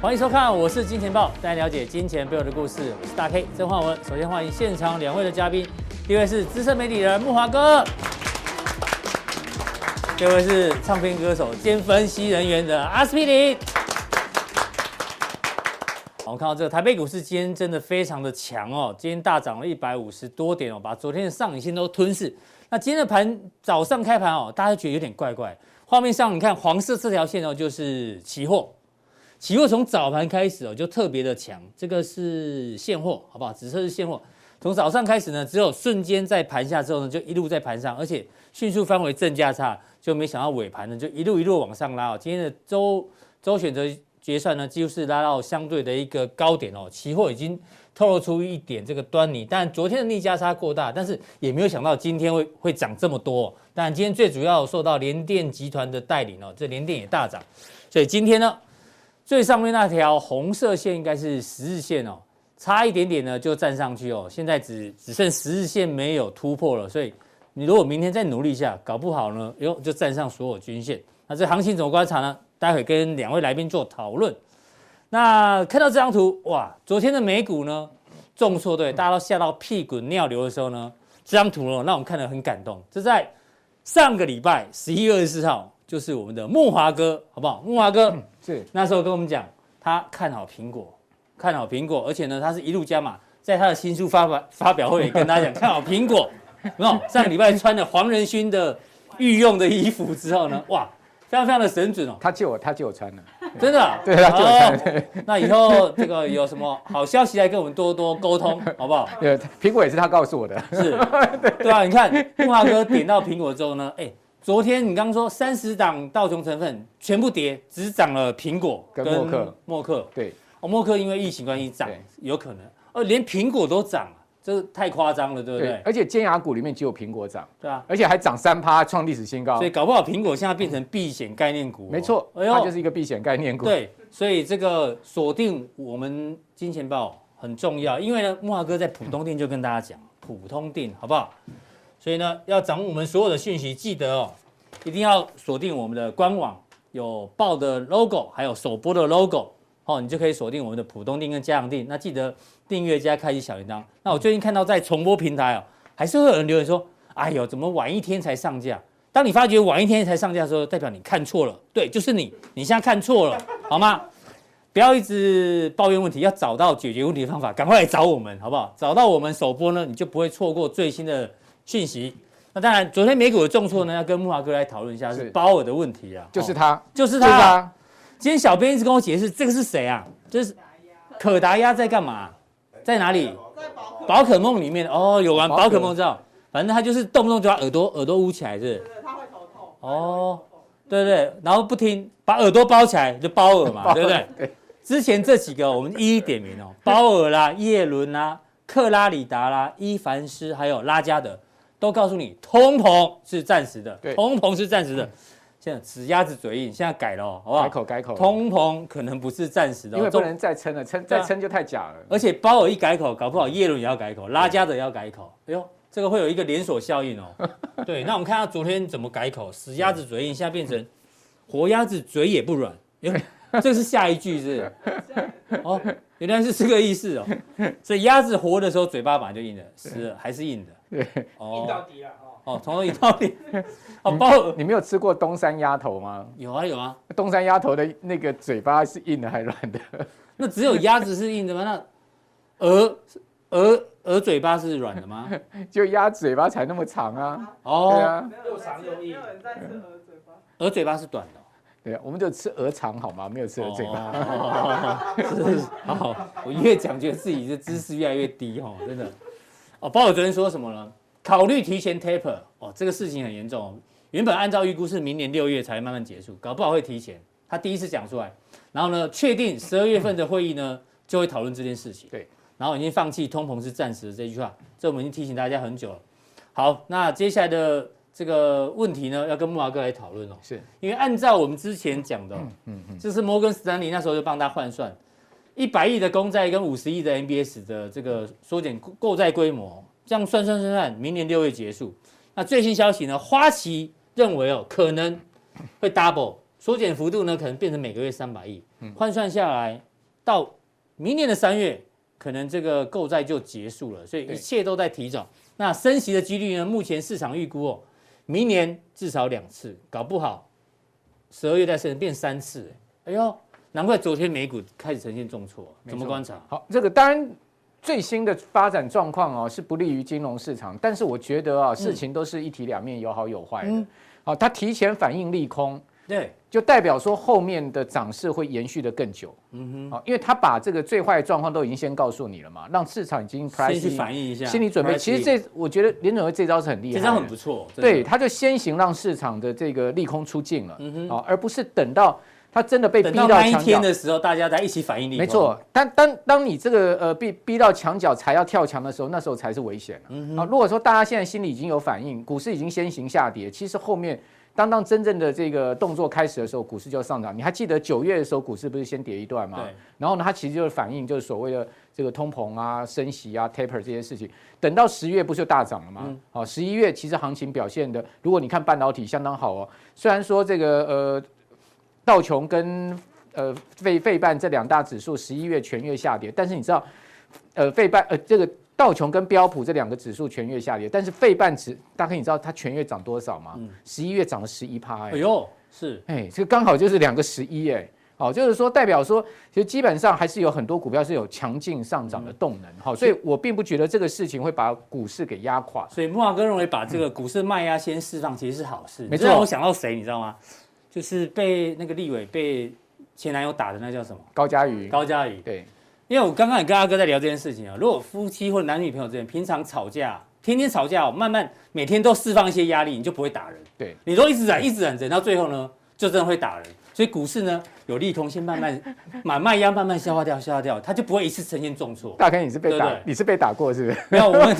欢迎收看，我是金钱豹，带您了解金钱背后的故事。我是大 K 曾焕文。首先欢迎现场两位的嘉宾，第一位是资深媒体人木华哥，第二位是唱片歌手兼分析人员的阿司匹林。好，我看到这个台北股市今天真的非常的强哦，今天大涨了一百五十多点哦，把昨天的上影线都吞噬。那今天的盘早上开盘哦，大家觉得有点怪怪。画面上你看黄色这条线哦，就是期货，期货从早盘开始哦就特别的强，这个是现货，好不好？紫色是现货，从早上开始呢，只有瞬间在盘下之后呢，就一路在盘上，而且迅速翻回正价差，就没想到尾盘呢就一路一路往上拉哦。今天的周周选择决算呢，几乎是拉到相对的一个高点哦，期货已经透露出一点这个端倪，但昨天的逆价差过大，但是也没有想到今天会会涨这么多、哦。当然，今天最主要受到联电集团的带领哦，这联电也大涨，所以今天呢，最上面那条红色线应该是十日线哦，差一点点呢就站上去哦，现在只只剩十日线没有突破了，所以你如果明天再努力一下，搞不好呢，哟就站上所有均线。那这行情怎么观察呢？待会跟两位来宾做讨论。那看到这张图，哇，昨天的美股呢重挫，对，大家都吓到屁滚尿流的时候呢，这张图呢让我们看得很感动。这在上个礼拜十一月二十四号，就是我们的木华哥，好不好？木华哥是那时候跟我们讲，他看好苹果，看好苹果，而且呢，他是一路加码，在他的新书发表发表会也跟大家讲，看好苹果。 有没有？上个礼拜穿了黄仁勋的御用的衣服之后呢，哇，非常非常的神准哦。他借我，他借我穿的。 真的啊、对他就有哦那以后这个有什么好消息来跟我们多多沟通，好不好？呃，苹果也是他告诉我的。是， 对啊，你看木华哥点到苹果之后呢，哎，昨天你刚说三十档道琼成分全部跌，只涨了苹果跟默克默克，对，哦，默克因为疫情关系涨对，有可能，哦，连苹果都涨了，这太夸张了，对不对？而且尖牙股里面只有苹果涨，对啊，而且还涨三趴，创历史新高所以。搞不好苹果现在变成避险概念股哦，没错，它就是一个避险概念股。，对，所以这个锁定我们金钱豹很重要，因为呢，木华哥在浦东店就跟大家讲，浦东店好不好？所以呢，要掌握我们所有的讯息，记得哦，一定要锁定我们的官网，有豹的 logo，还有首播的 logo，哦，你就可以锁定我们的浦东店跟嘉阳店。那记得订阅加开启小铃铛。那我最近看到在重播平台哦，还是会有人留言说，哎呦，怎么晚一天才上架？当你发觉晚一天才上架的时候，代表你看错了，对，就是你，你现在看错了， 好吗？不要一直抱怨问题，要找到解决问题的方法，赶快来找我们，好不好？找到我们首播呢，你就不会错过最新的讯息。那当然，昨天美股的重挫呢，要跟木华哥来讨论一下，是嗯是鲍尔的问题啊，就是哦它，就是就他是啊。它。今天小编一直跟我解释，这个是谁啊？就是可达鸭在干嘛？在哪里？在保护宝可梦里面哦，有玩宝可宝可梦知道，反正他就是动不动就把耳朵耳朵捂起来，是不是。的，他会头痛。哦，对不对？然后不听，把耳朵包起来就包 耳嘛，对不对？对，之前这几个我们一一点名 哦，包尔啦、叶伦啦、克拉里达啦、伊凡斯还有拉加德，都告诉你，通膨是暂时的，对通膨是暂时的。现在死鸭子嘴硬，现在改了哦，好不改好？口改口。，通膨可能不是暂时的哦，因为不中能再撑了，撑对啊再撑就太假了。而且鲍尔一改口，搞不好耶伦也要改口，拉加德也要改口。哎呦，这个会有一个连锁效应哦。对，那我们看他昨天怎么改口，死鸭子嘴硬，现在变成活鸭子嘴也不软。哎呦，这是下一句是不是？哦，原来是这个意思哦。所以鸭子活的时候嘴巴本来就硬的，死了还是硬的。对，硬哦到底了哦。哦，从头硬到底。哦，鲍尔你没有吃过东山鸭头吗？有啊有啊，东山鸭头的那个嘴巴是硬的还软的？ 那只有鸭子是硬的吗？那鹅鹅鹅嘴巴是软的吗？就鸭嘴巴才那么长啊。对哦，啊，没有人在吃，没有人在吃鹅嘴巴。鹅嘴巴是短的哦。对啊，我们就吃鹅肠好吗？没有吃鹅嘴哦 巴。巴。是好， 我越讲觉得自己的知识越来越低哦，真的。哦，包括昨天说什么呢？考虑提前 taper 哦，这个事情很严重、哦。原本按照预估是明年六月才慢慢结束，搞不好会提前。他第一次讲出来，然后呢，确定十二月份的会议呢就会讨论这件事情。对，然后已经放弃通膨是暂时的这句话，这我们已经提醒大家很久了。好，那接下来的这个问题呢，要跟木华哥来讨论哦。是，因为按照我们之前讲的哦、嗯嗯，这是摩根斯丹利那时候就帮他换算，一百亿的公债跟五十亿的 MBS 的这个缩减购购债规模，这样算算算算，明年六月结束。那最新消息呢，花旗认为哦，嗯可能会 double 缩减幅度呢，可能变成每个月三百亿，换算下来到明年的三月，可能这个购债就结束了，所以一对切都在提早。那升息的几率呢？目前市场预估哦，明年至少两次，搞不好十二月再升变三次。哎呦，难怪昨天美股开始呈现重挫，没错怎么观察？好，这个当然最新的发展状况哦是不利于金融市场，但是我觉得啊，事情都是一体两面，有好有坏的。好、嗯它提前反应利空，对，就代表说后面的涨势会延续的更久。嗯好、因为它把这个最坏的状况都已经先告诉你了嘛，让市场已经哼，先去 price 反映一下心理准备。 price 其实 in 这我觉得联准会这招是很厉害这的，张很不错，真的对，，它就先行让市场的这个利空出尽了，啊、嗯哼而不是等到它真的被逼等到那一墙角天。的时候，大家再一起反应力，没错，当当当你这个呃逼逼到墙角才要跳墙的时候，那时候才是危险的、啊如果说大家现在心里已经有反应，股市已经先行下跌，其实后面当当真正的这个动作开始的时候，股市就上涨。你还记得九月的时候，股市不是先跌一段吗对？然后呢，它其实就是反映就是所谓的这个通膨啊、升息啊、taper 这些事情。等到十月不就大涨了吗嗯？好、十一月其实行情表现的，如果你看半导体相当好哦，虽然说这个呃道琼跟呃费费半这两大指数十一月全月下跌，但是你知道，呃费半呃这个道琼跟标普这两个指数全月下跌，但是费半指大概你知道它全月涨多少吗嗯？十一月涨了十一趴，哎哎呦，是，哎，这个刚好就是两个十一哎。好，就是说代表说，其实基本上还是有很多股票是有强劲上涨的动能，好，所以我并不觉得这个事情会把股市给压垮。所以莫华哥认为把这个股市卖压先释放，其实是好事。嗯没错这让我想到谁，你知道吗？就是被那个立委被前男友打的那叫什么？高嘉瑜，高嘉瑜。对，因为我刚刚也跟阿哥在聊这件事情啊，如果夫妻或者男女朋友之间平常吵架，天天吵架、哦，慢慢每天都释放一些压力，你就不会打人。对，你都一直忍，一直忍，忍到最后呢，就真的会打人。所以股市呢，有利空先慢 慢买卖压，慢慢消化掉，消化掉，它就不会一次呈现重挫。大哥你是被对打对，你是被打过是不是？ 没有，我们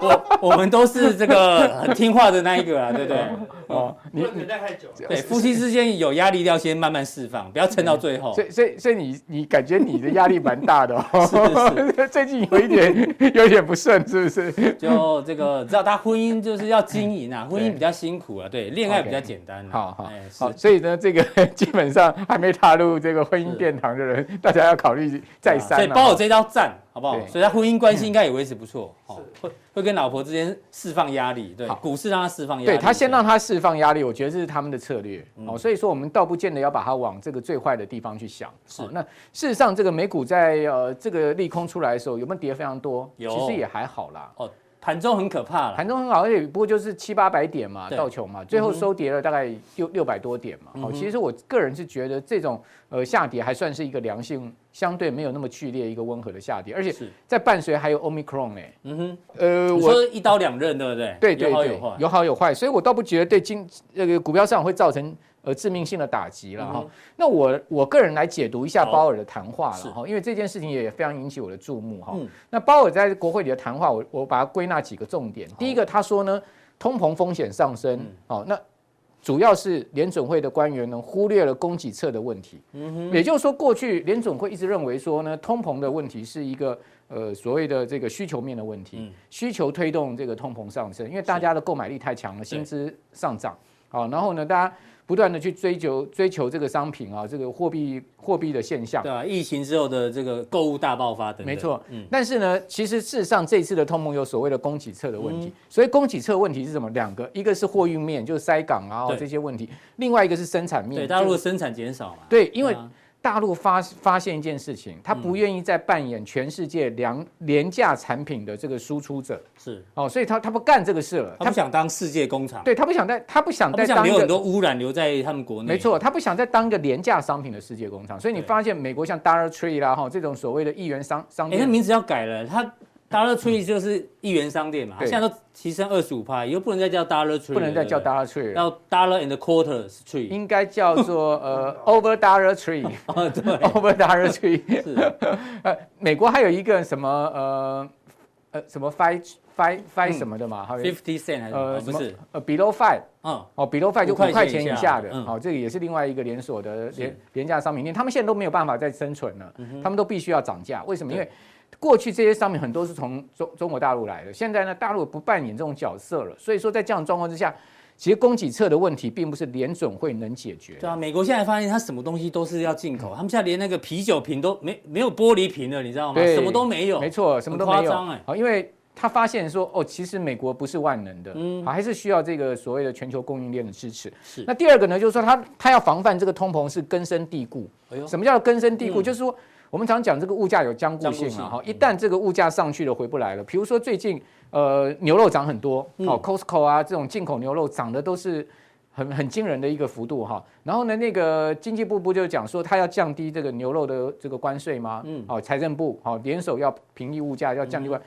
我我们都是这个 很听话的那一个啊，对不对？哦，不你能等待太久了。对，夫妻之间有压力要先慢慢释放，不要撑到最后所。以所以所以你你感觉你的压力蛮大的 是嗯哦， 最近有一点有一点不顺，是不是？就这个，知道他婚姻就是要经营啊，婚姻比较辛苦啊，对，恋爱比较简单啊。嗯好好哎好，是所以呢，这个 基本上还没踏入这个婚姻是殿堂的人，大家要考虑再啊三所以了包我哦这招赞，好不好？对嗯所以他婚姻关系应该也维持不错，哦是，会会跟老婆之间释放压力，对，好股市让他释放压力。嗯对他先让他释放压力，我觉得这是他们的策略。哦，所以说我们倒不见得要把它往这个最坏的地方去想。是哦那事实上这个美股在呃这个利空出来的时候，有没有跌非常多？有其实也还好啦。哦，盘中很可怕了，盘中很好，而且不过就是七八百点嘛，对道琼嘛，最后收跌了大概六六百多点嘛。嗯哦，哼其实我个人是觉得这种呃下跌还算是一个良性，相对没有那么剧烈一个温和的下跌，而且是，在伴随还有 Omicron 哎、嗯哼，呃，你我说一刀两刃，对不对？对对有好对有坏，，有好有坏，所以我倒不觉得对经这个股票市场会造成呃致命性的打击了哈嗯哼。那我我个人来解读一下好鲍尔的谈话是了哈，因为这件事情也非常引起我的注目哈嗯。那鲍尔在国会里的谈话，我我把它归纳几个重点。第一个，他说呢，通膨风险上升嗯，好，那主要是联准会的官员呢忽略了供给侧的问题。嗯哼，也就是说，过去联总会一直认为说呢，通膨的问题是一个呃所谓的这个需求面的问题，嗯需求推动这个通膨上升，因为大家的购买力太强了，薪资上涨，好，然后呢，大家不断的去追求追求这个商品啊，这个货币货币的现象。对啊，疫情之后的这个购物大爆发等等，没错嗯，但是呢，其实事实上这一次的通膨有所谓的供给侧的问题，嗯所以供给侧问题是什么？两个，一个是货运面，就是塞港啊对这些问题，另外一个是生产面，对，大陆嗯就的是生产减少嘛，对，因为啊嗯大陆发发现一件事情，他不愿意再扮演全世界良廉价产品的这个输出者是哦，所以他他不干这个事了，他不想当世界工厂，对他不想再他不想他不再想当一留很个多污染留在他们国内，没错，他不想再当一个廉价商品的世界工厂，所以你对发现美国像 Dollar Tree 啦哈这种所谓的一元商商哎，他店，名字要改了，他 Dollar Tree 就是一元商店嘛，对现在都提升二十五趴，以后不能再叫 Dollar Tree，不能再叫对 Dollar 不对 Tree，了要 Dollar and Quarter Tree，应该叫做呃 Over Dollar Tree。 哦， 对， Over Dollar Tree， 是呃，美国还有一个什么呃呃什么 five 嗯 five five 什么的嘛，还有 fifty cent 还是什么呃哦什不么是？呃 below five，嗯，哦，比 e 就五五块块钱钱以以下下的，嗯哦，这个也是另外一个连锁的是廉廉价商品店，他们现在都没有办法再生存了，嗯他们都必须要涨价。为什么？因对为过去这些商品很多是从中中国大陆来的，现在呢，大陆不扮演这种角色了，所以说在这样的状况之下，其实供给侧的问题并不是联准会能解决。对啊，美国现在发现它什么东西都是要进口，他们现在连那个啤酒瓶都没没有玻璃瓶了，你知道吗？对什么都没有没。错，什么都没很夸有。张哎好，因为他发现说，哦，其实美国不是万能的，嗯，还是需要这个所谓的全球供应链的支持。是那第二个呢，就是说他他要防范这个通膨是根深蒂固。哎呦，什么叫根深蒂固？嗯就是说我们常讲这个物价有僵固僵性固性嗯啊，哈，一旦这个物价上去了，回不来了。比如说最近呃牛肉涨很多，嗯哦 Costco 啊这种进口牛肉涨的都是。很很惊人的一个幅度哈，然后呢，那个经济部不就讲说他要降低这个牛肉的这个关税吗？嗯嗯，好，财政部好联手要平抑物价，要降低关。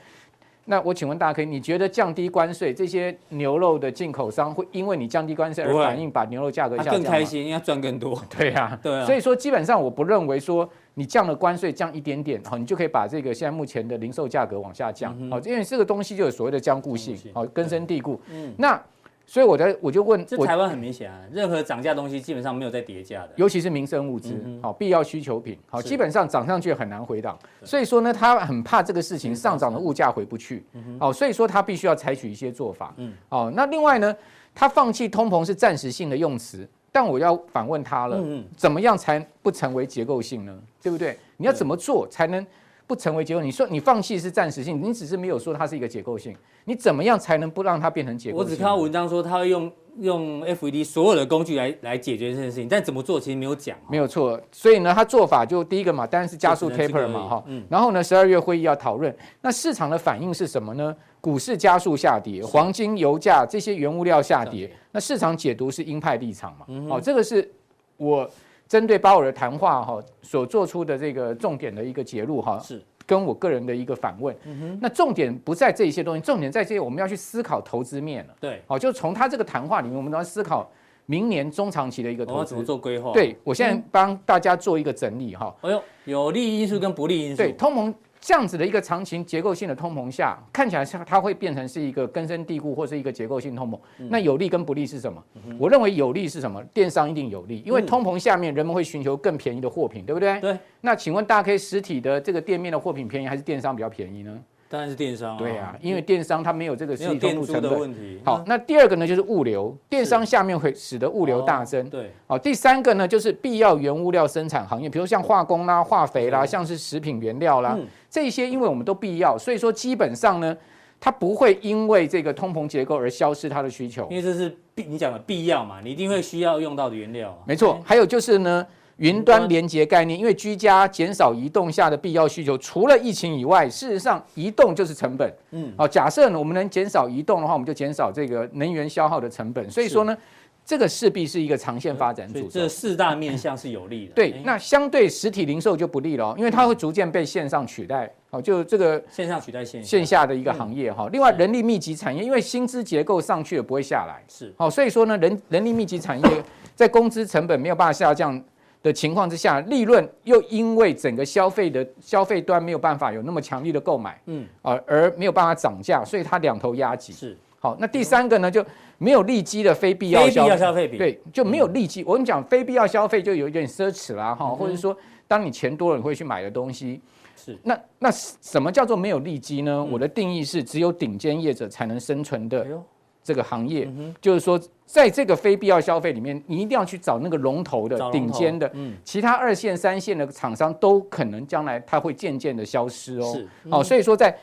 那我请问大家可以，你觉得降低关税，这些牛肉的进口商会因为你降低关税而不会反应把牛肉价格他下降更吗开心，因为他赚更多。 对呀、对啊所以说基本上我不认为说你降了关税降一点点，哦好，你就可以把这个现在目前的零售价格往下降，嗯好、因为这个东西就有所谓的僵固性僵固性，好、根深蒂固。嗯那所以我的我就问这我。台湾很明显啊，任何涨价东西基本上没有在叠价的。尤其是民生物资嗯哼，好、必要需求品，好，是基本上涨上去很难回档，所以说呢，他很怕这个事情上涨的物价回不去，哦，所以说他必须要采取一些做法，嗯哦，那另外呢，他放弃通膨是暂时性的用词，但我要反问他了，嗯嗯，怎么样才不成为结构性呢？对不对？你要对怎么做才能不成为结构？你说你放弃是暂时性，你只是没有说它是一个结构性，你怎么样才能不让它变成结构我性？只看到文章说他会用用 FED 所有的工具来来解决这件事情，但怎么做其实没有讲哦。没有错，所以呢，它做法就第一个嘛，当然是加速就只能这个 taper 嘛，而已哈嗯，然后呢，十二月会议要讨论，那市场的反应是什么呢？股市加速下跌，黄金、油价这些原物料下下跌跌，嗯那市场解读是鹰派立场嘛，哦，这个是我针对鲍尔的谈话哈所做出的这个重点的一个结论哈，是跟我个人的一个反问。嗯那重点不在这些东西，重点在这些我们要去思考投资面了。对，好，就从他这个谈话里面，我们都要思考明年中长期的一个我们投要哦怎么资。做规划？，对，我现在帮大家做一个整理哈。哎呦，有利益因素跟不利因素。对，通膨这样子的一个长期结构性的通膨下，看起来是它会变成是一个根深蒂固或是一个结构性通膨。嗯那有利跟不利是什么？我认为有利是什么？电商一定有利，因为嗯通膨下面人们会寻求更便宜的货品，对不对？对。那请问大家可以实体的这个店面的货品便宜还是电商比较便宜呢？当然是电商啊。对啊，因为电商它没有这个没实有体通店路租成的本。问题。嗯好，那第二个呢就是物流，电是哦商下面会使得物流大增。嗯对，好，第三个呢，就是必要原物料生产行业，比如像化工啦、化肥啦，嗯像是食品原料啦，嗯这些因为我们都必要，所以说基本上呢，它不会因为这个通膨结构而消失它的需求因。为这是必你讲的必要嘛，你一定会需要用到的原料啊。没错，还有就是呢，云端连接概念，因为居家减少移动下的必要需求，除了疫情以外，事实上移动就是成本。嗯嗯，好，假设呢我们能减少移动的话，我们就减少这个能源消耗的成本。所以说呢，这个势必是一个长线发展所以主轴这。四大面向是有利的。对哎，那相对实体零售就不利了哦，因为它会逐渐被线上取代。哦，就这个线上取代线线下嗯下的一个行业哈。另外，是人力密集产业，因为薪资结构上去了不会下来，是好，所以说呢，人人力密集产业在工资成本没有办法下降的情况之下，利润又因为整个消费的消费端没有办法有那么强力的购买，嗯嗯，而而没有办法涨价，所以它两头压挤。是好，那第三个呢，就没有利基的非嗯必要非必消要费。消费嗯品。，对，就没有利基。我跟你讲，非必要消费就有一点奢侈啦，哈，哼或者说，当你钱多了，你会去买的东西。是那那什么叫做没有利基呢？嗯我的定义是，只有顶尖业者才能生存哎的呦，这个行业嗯，就是说，在这个非必要消费里面，你一定要去找那个龙头的找龙、头顶尖的。嗯，其他二线、三线的厂商都可能将来它会渐渐的消失哦。是哦，所以说在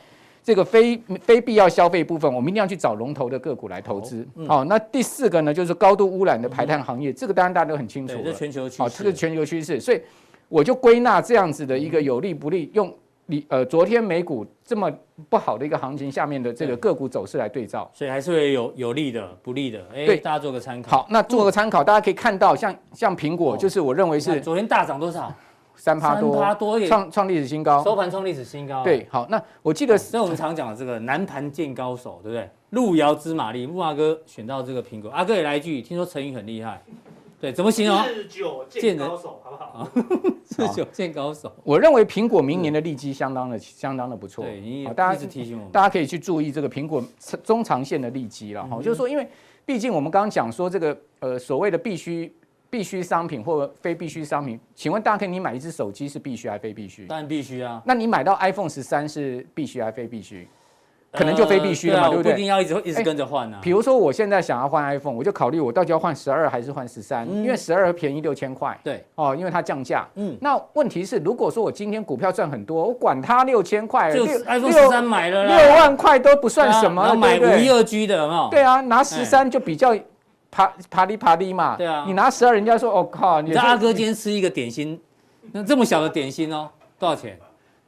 这个非非必要消费部分，我们一定要去找龙头的个股来投资。嗯好，那第四个呢，就是高度污染的排碳行业，这个当然大家都很清楚对，了这。全球趋势。好，这是全球趋势，所以我就归纳这样子的一个嗯有利不利，用你呃昨天美股这么不好的一个行情下面的这个个股走势来对照。所以还是会有有利的、不利的，哎，对大家做个参考。好，那做个参考，大家可以看到，像像苹果，哦就是我认为你看，是昨天大涨多少？三趴多， 3%多也创创历史新高。收盘创历史新高。啊哦对，好，那我记得所以我们常讲的这个南盘见高手，对不对？路遥知马力，木阿哥选到这个苹果，阿哥也来一句，听说成语很厉害，对，怎么形 容？日久见高手，好不啊好？日久见高手。我认为苹果明年的利基相当的相当的不错，对，你也好一大直家提醒我们，大家可以去注意这个苹果中长线的利基嗯了哈，就是说，因为毕竟我们刚刚讲说这个呃所谓的必须必须商品或非必须商品，请问大家可以你买一只手机是必须还非必须？当然必须啊。那你买到 iPhone 十三是必须还非必须？可能就非必须了嘛，呃啊对不我不一对定？要一直一直哎跟着换啊比。如说我现在想要换 iPhone，我就考虑我到底要换十二还是换十三，嗯因为十二便宜六千块对，哦，因为它降价。嗯，那问题是，如果说我今天股票赚很多，我管它六千块，就啊六 iPhone 十六三买了啦，啊六万块都不算什么，然后买对不五对一？二 G 的，有没有？对啊，拿十三就比较爬爬哩爬哩嘛。哎对啊你拿十二，人家说哦靠，你你知道这阿哥今天吃一个点心，那这么小的点心哦，多少钱？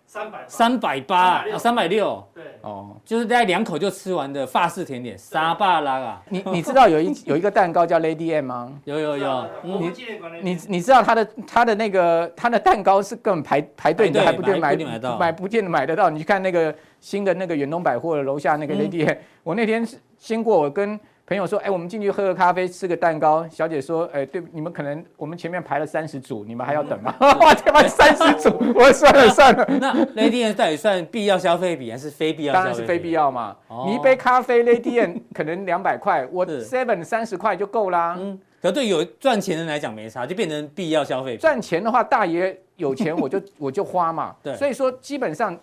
三百三百八，啊360三百六，对，哦，就是大概两口就吃完的法式甜点，沙巴拉啊，你你知道有 一有一个蛋糕叫 Lady M 吗？有有有，我嗯，们纪念馆那你你知道它的它的那个它的蛋糕是根本排排排队队，你都还不见买不一买定买到买不见买得到。你去看那个新的那个远东百货楼下那个嗯 Lady，、M，我那天是经过，我跟朋友说，哎，我们进去喝个咖啡，吃个蛋糕。小姐说，哎，对，你们可能我们前面排了三十组，你们还要 等吗？我他妈三十组，我算了算了，那 Lady M 到底算必要消费比还是非必要？当然是非必。要嘛。哦你一杯咖啡 Lady M 可能两百块，我是 Seven 三十块就够啦。嗯，可对有赚钱人来讲没差，就变成必要消费品。赚钱的话，大爷有钱 我就我就花嘛。对所以说基本上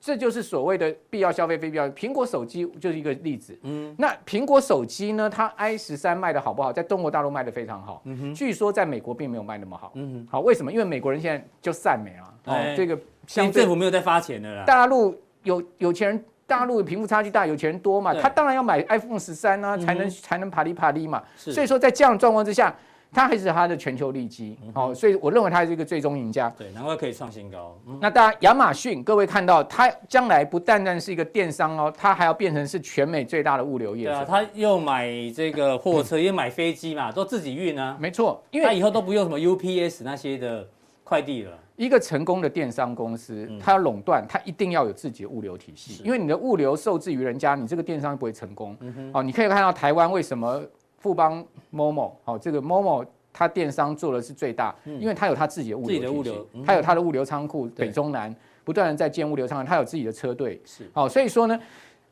这就是所谓的必要消费非必要。苹果手机就是一个例子。嗯那苹果手机呢，它 i 十三卖的好不好？在中国大陆卖的非常好，嗯哼据说在美国并没有卖那么好。嗯哼，好，为什么？因为美国人现在就散美啊，哎哦，这个现相在对政府没有在发钱的啦。大陆有有钱人，大陆贫富差距大，有钱人多嘛，对他当然要买 iPhone 十三啊，才能、嗯才能爬哩爬哩嘛。是所以说在这样的状况之下，它还是它的全球利基。嗯好、所以我认为它是一个最终赢家。对，难怪可以创新高。嗯，那当然，亚马逊各位看到，它将来不单单是一个电商哦，它还要变成是全美最大的物流业对者。啊，他又买这个货车，也买飞机嘛，都自己运啊。没错，嗯因他为以后都不用什么 UPS 那些的快递了。一个成功的电商公司嗯，它要垄断，它一定要有自己的物流体系是，因为你的物流受制于人家，你这个电商不会成功。嗯哼，哦，你可以看到台湾为什么富邦 Momo 哦，这个 Momo 它电商做的是最大，嗯因为它有它自己的物自己的流体物系流嗯它有它的物流仓库，对北中南不断的在建物流仓库，它有自己的车队。是。好、所以说呢，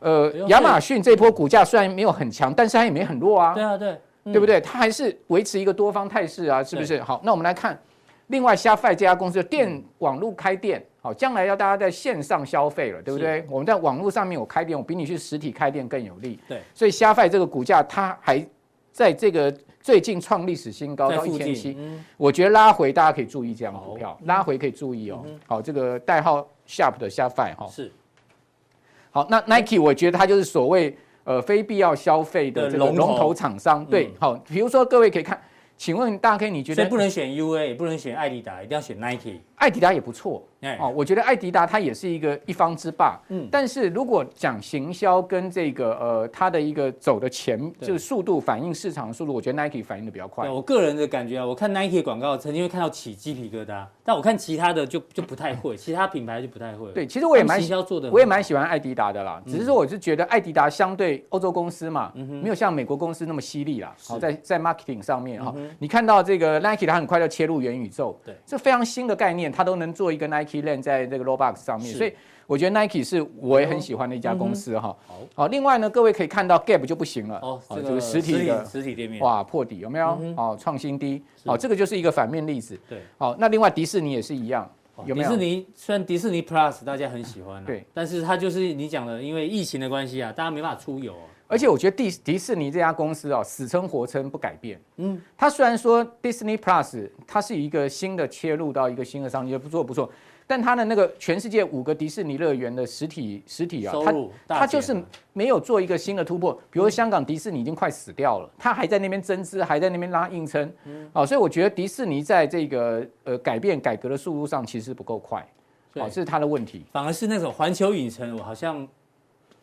呃哎呦，亚马逊这波股价虽然没有很强，但是它也没很弱啊，对啊，对，嗯对不？对？它还是维持一个多方态势啊，是不是？好，那我们来看另外 Shopify 这家公司的电网络开店，好，将来要大家在线上消费了，对不对？我们在网络上面我开店，我比你去实体开店更有利。对，所以 Shopify 这个股价它还在这个最近创历史新高在到附一千近七，，嗯我觉得拉回大家可以注意这样的股好票，拉回可以注意哦嗯哼。好，这个代号 Sharp 的 Shopify 哈。是好，那 Nike 我觉得它就是所谓呃非必要消费的的这个龙头龙头厂商。对嗯，好，比如说各位可以看，请问大 K 你觉所得以不能选 UA，也不能选艾迪达，一定要选 Nike。艾迪达也不错哎，哦？我觉得艾迪达它也是一个一方之霸。嗯，但是如果讲行销跟这个呃它的一个走的前对就是速度反应市场的速度，我觉得 Nike 反应的比较快对，。我个人的感觉啊，我看 Nike 的广告曾经会看到起鸡皮疙瘩，但我看其他的就就不太会，其他品牌就不太会。对，，其实我也蛮行销做的，我也蛮喜欢艾迪达的啦，只是说我是觉得艾迪达相对欧洲公司嘛，嗯哼没有像美国公司那么犀利啦。好，是在在 marketing 上面哈嗯哼，你看到这个 Nike 它很快就切入元宇宙，对这非常新的概念，它都能做一个 Nike Land 在这个 Roblox 上面，是所以我觉得 Nike 是我也很喜欢的一家公司哈嗯好。好，另外呢，各位可以看到 Gap 就不行了，哦，好这这个个实体的实体店面，哇破底有没有嗯？哦，创新低，是哦，这个就是一个反面例子。对，好，那另外迪士尼也是一样，哇有没哦迪有士？尼虽然迪士尼 Plus 大家很喜欢啊，对，但是它就是你讲的，因为疫情的关系啊，大家没办法出游啊。而且我觉得迪迪士尼这家公司哦，死撑活撑不改变。嗯嗯，它虽然说 Disney Plus 它是一个新的切入到一个新的商机，不错不错，但它的那个全世界五个迪士尼乐园的实体实体啊，收它入大它减就是啊没有做一个新的突破。比如说香港迪士尼已经快死掉了，它还在那边增资，还在那边拉硬撑。嗯哦，所以我觉得迪士尼在这个呃改变改革的速度上其实不够快，对哦，这是它的问题。反而是那种环球影城，我好像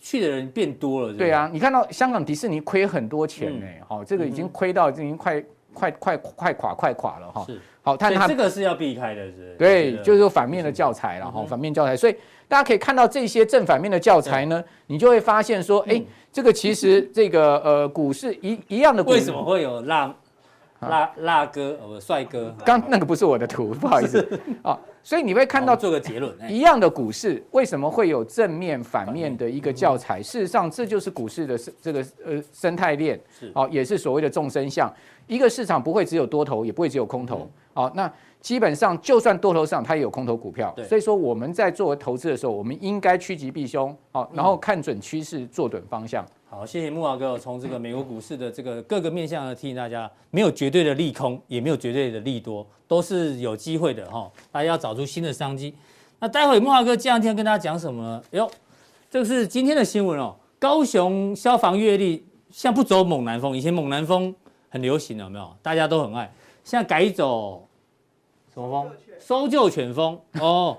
去的人变多了。对，啊，你看到香港迪士尼亏很多钱嗯呢、好、这个已经亏到已经快快快快垮快垮了哈。是，好，但所以它这个是要避开的，是不是？对我觉，得就是反面的教材了哈、嗯哼反面教材，所以大家可以看到这些正反面的教材呢，你就会发现说，哎、嗯这个其实这个呃股市一一样的股，为什么？会有辣啊辣辣哥，呃，不帅哥？刚那个不是我的图，不好意思啊、所以你会看好我们到做个结论，哎，一样的股市为什么会有正面、反面的一个教嗯材？事实上，这就是股市的生这个呃生态链是，哦，也是所谓的众生相。一个市场不会只有多头，也不会只有空头，好，那基本上就算多头市场，它也有空头股票嗯对，所以说我们在作为投资的时候，我们应该趋吉避凶，好，然后嗯看准趋势，做准方向。好，谢谢木华哥，从这个美国股市的这个各个面向呢，提醒大家，没有绝对的利空，也没有绝对的利多，都是有机会的哈、大家要找出新的商机。那待会木华哥这两天跟大家讲什么呢？哎呦，这个是今天的新闻哦，高雄消防阅历像不走猛男风，以前猛男风很流行，有没有？大家都很爱，现在改走什么风？搜救犬风哦，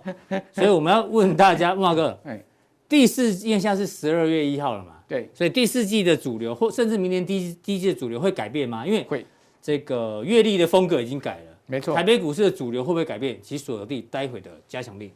所以我们要问大家，木华哥，哎第四季因为现在是十二月一号了嘛？对，所以第四季的主流，或甚至明年第一第一季的主流会改变吗？因为会这个阅历的风格已经改了，没错台。北股市的主流会不会改变？其实锁定待会的加强力。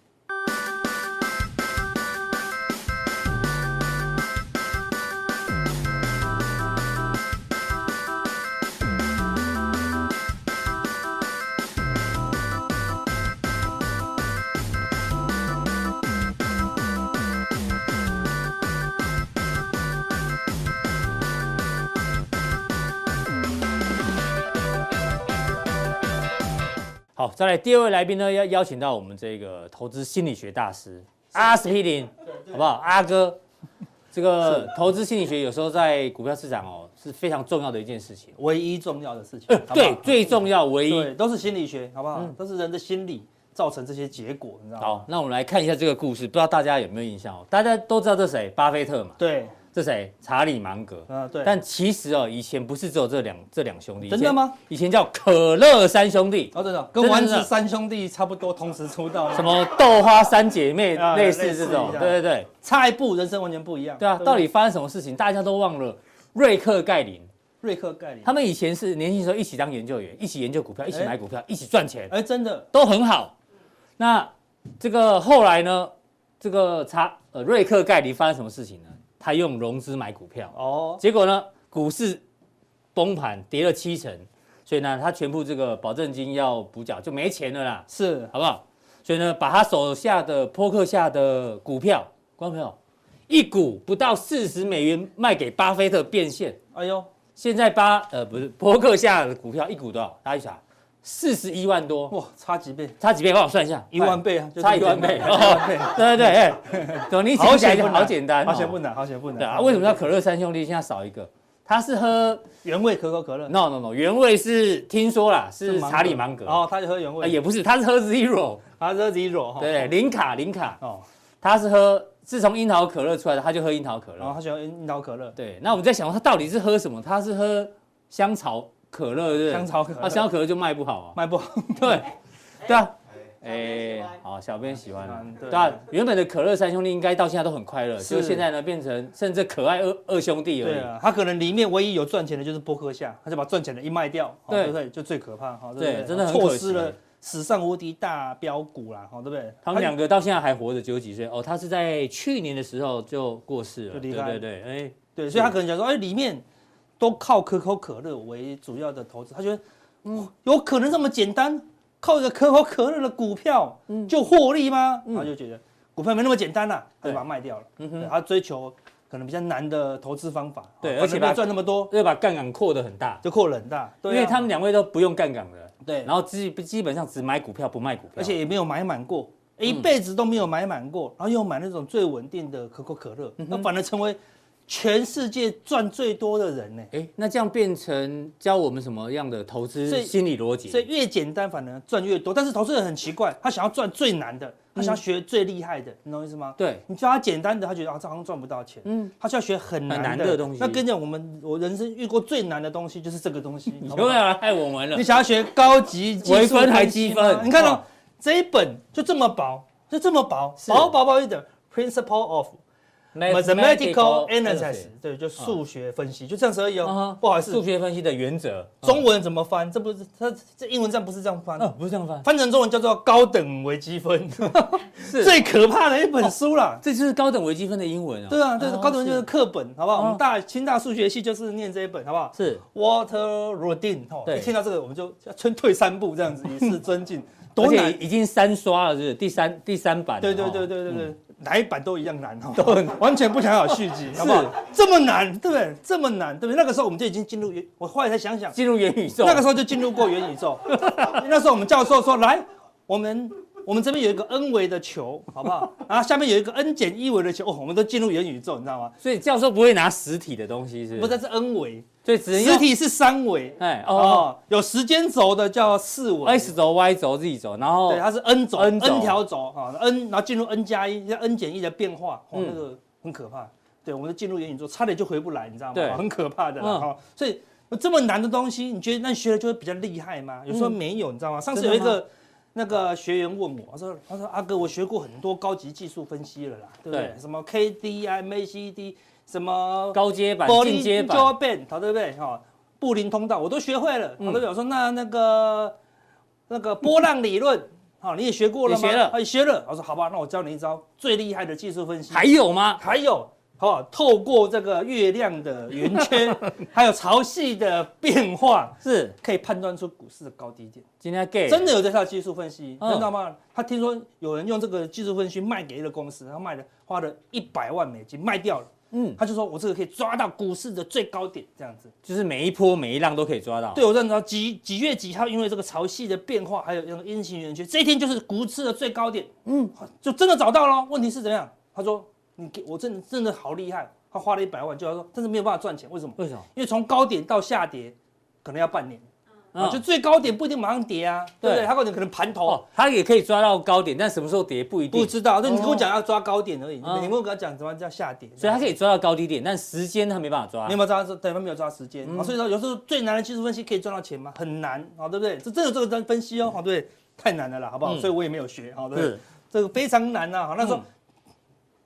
好，再来第二位来宾呢，要邀请到我们这个投资心理学大师阿斯匹林，好不好？阿哥，这个投资心理学有时候在股票市场哦是非常重要的一件事情。唯一重要的事情，好不好呃对，最重要唯一。对，都是心理学，好不好？都是人的心理造成这些结果，你知道吗？好，那我们来看一下这个故事，不知道大家有没有印象哦？大家都知道这谁，巴菲特嘛，对，这谁？查理芒格。嗯、对。但其实哦，以前不是只有这两这两兄弟，真的吗以前？以前叫可乐三兄弟，哦，真的，跟丸子三兄弟差不多同时出道，什么豆花三姐妹，啊类似这种类似一，下对对对，差一步，人生完全不一样。对啊。不到底发生什么事情？大家都忘了。瑞克盖林，瑞克盖里，他们以前是年轻时候一起当研究员，一起研究股票，一起哎买股票，一起赚钱，哎，真的，都很好。那这个后来呢？这个查呃瑞克盖林发生什么事情呢？他用融资买股票，哦，结果呢，股市崩盘，跌了七成，所以呢，他全部这个保证金要补缴，就没钱了啦，是好不好？所以呢，把他手下的扑克下的股票，观众朋友，一股不到四十美元卖给巴菲特变现。哎呦，现在巴呃不是扑克下的股票一股多少？大家去查，四十一万多，哇，差几倍，差几倍？帮我算一下，一万倍啊，就差是一万倍，一万倍，哦 对对对，哎， 懂你讲起来就好简单，好险不哦难，好险不难。对啊，为什么叫可乐三兄弟？现在少一个，他是喝原味可口可乐？ No No No，原味是听说啦，是芒查理芒格，哦，他哦就喝原啊味，也不是，他是喝 Zero，他是喝 zero 哈，对，零卡零卡，哦，他是喝，自从樱桃可乐出来的，他就喝樱桃可然后乐。他喜欢樱桃可乐，对，那我们在想他到底是喝什么？他是喝香草可乐，对不对？香草可啊，乐，香草可乐就卖不好啊。卖不好，对，对啊，哎哎，好，小编喜欢了嗯。对对啊，原本的可乐三兄弟应该到现在都很快乐，是就现在呢变成甚至可爱二二兄弟而对已。啊，他可能里面唯一有赚钱的就是波克夏，他就把赚钱的一卖掉，哦对对不对？就最可怕哈，对对不对？真的很错可惜失了史上无敌大标股啦，哦哈，对不对？他们两个到现在还活着，九十几岁哦。他是在去年的时候就过世了，就对离开对对，哎，对，所以他可能讲说，哎，里面都靠可口可乐为主要的投资，他觉得，嗯，有可能这么简单，靠一个可口可乐的股票嗯就获利吗？然后就觉得股票没那么简单啦，他就把它卖掉了。嗯对哼，他追求可能比较难的投资方法，对哦而且可能没把有赚那么多，要把杠杆扩得很大，就扩了很大，因对啊为他们两位都不用杠杆的，对，然后基基本上只买股票不卖股票，而且也没有买满过，一嗯辈子都没有买满过，然后又买那种最稳定的可口可乐，嗯那反而成为全世界赚最多的人呢。哎，那这样变成教我们什么样的投资所以心理逻辑？所以越简单反而赚越多，但是投资人很奇怪，他想要赚最难的，他想要学最厉害的，你懂我意思吗？嗯对，你教他简单的，他觉得啊，这好像赚不到钱。嗯嗯，他就要学很难的很难的东西那跟你讲，我们我人生遇过最难的东西就是这个东西，你 好不又好要来害我们了你。想要学高级技啊术微分还分析积吗分你看哦哇，这一本就这么薄，就这么薄，是薄薄薄一点，《Principle of Mathematical Analysis》，对，就数学分析，就这样子而已嗯哦哼。不好意啊数思，学分析的原则，中文怎么翻？这不是它这英文上不是这样翻嗯，，哦不是这样翻，翻成中文叫做高等微积 分，是最可怕的一本书啦。这就是高等微积分的英文啊。对啊，这是哦高等就是课本，好不好？我哦们大清大数学系就是念这一本，好不好？是 Water Rodin，哦，对一听到这个我们就先退三步，这 样子以示尊敬，而多难且已经三刷了，是不是第三第三版了。对对哦对对对对，哪一版都一样难哦，嗯都完全不想要有续 集，好不好？这么难，对不对？这么难，对不对？那个时候我们就已经进入元，我后来才想想，进入元宇宙，那个时候就进入过元 宇宙。那时候我们教授说，来，我们我们这边有一个 n 维的球，好不 好？然后下面有一个 n 减一维的球，哦，我们都进入元宇宙，你知道吗？所以教授不会拿实体的东西，是不不是，是？这是 n 维，所以只能用实，体是三维。哎哦哦，有时间轴的叫四维， ，x 轴、y 轴、z 轴，然后对，啊它是 n 轴哦 N 轴条轴啊，n 然后进入 n 加一，像 n 减一的变化，哦，嗯那个很可怕。对，我们就进入元宇宙，差点就回不来，你知道吗？对哦 很可怕的啦嗯哈。所以这么难的东西，你觉得那学了就会比较厉害吗？有时候嗯没有，你知道吗？上次真有的一个那个学员问我，他说：“他说阿哥，我学过很多高级技术分析了啦，对不对？对什么 KD 啊、MACD，什么高阶版、进阶版，胶片，好对不对？哈、布林通道我都学会了，好对不对？我说那那个那个波浪理论，好、你也学过了吗？也学了嗯啊，也学了。我说好吧，那我教你一招最厉害的技术分析，还有吗？ 还有。好、透过这个月亮的圆 圈，还有潮汐的变化，是，可以判断出股市的高低点。今天 gay 真的有这套技术分析，嗯你知道吗？他听说有人用这个技术分析卖给一个公司，他卖了花了一百万美金，卖掉了。嗯，他就说我这个可以抓到股市的最高点，这样子。就是每一波每一浪都可以抓到。对我认知到几几月几号，因为这个潮汐的变化，还有那个阴晴圆缺，这一天就是股市的最高点。嗯，就真的找到了。问题是怎么样？他说你给我真的真的好厉害，他花了一百万，就他说但是没有办法赚钱，为什么？为什么？因为从高点到下跌，可能要半年。啊，嗯就最高点不一定马上跌啊，对不对对？它高点可能盘头，哦，他也可以抓到高点，但什么时候跌不一定不。知道。那你跟我讲要抓高点而已，你哦嗯你跟我讲怎么叫下跌？所以他可以抓到高低点，但时间他没办法抓你有。没有抓？对，他没有抓时间、嗯啊，所以说有时候最难的技术分析可以赚到钱吗？很难，好、对不对？这真的这个分分析哦，好、对不对，太难了啦，好不好？嗯所以我也没有学，好、对不对是，这个非常难啊，好，那时候、嗯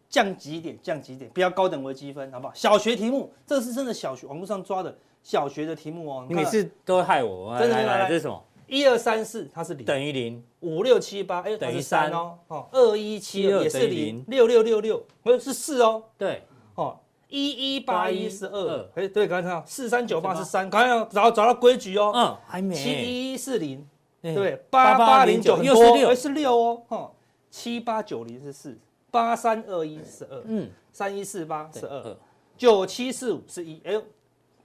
降几点，降几点，不要高等微积分，好不好？小学题目，这个是真的小学网络上抓的小学的题目哦，你每次都会害我。来真的来来来，来这是什么？一二三四它是零，等于零。五六七八哎等于它是三三哦，哦二一七二也72是等于零，六六六六不是是四哦，对，哦，一一八一是82二，哎，对，刚才看到四三九八是三，刚才有找找到规矩哦，嗯，还没。七一四零，哎对不对，八嗯八零8809九又是六哎是六哦，哈，七八九零是四，八三二一是二，嗯，呃三一四八是二，二九七四五是一，哎呦，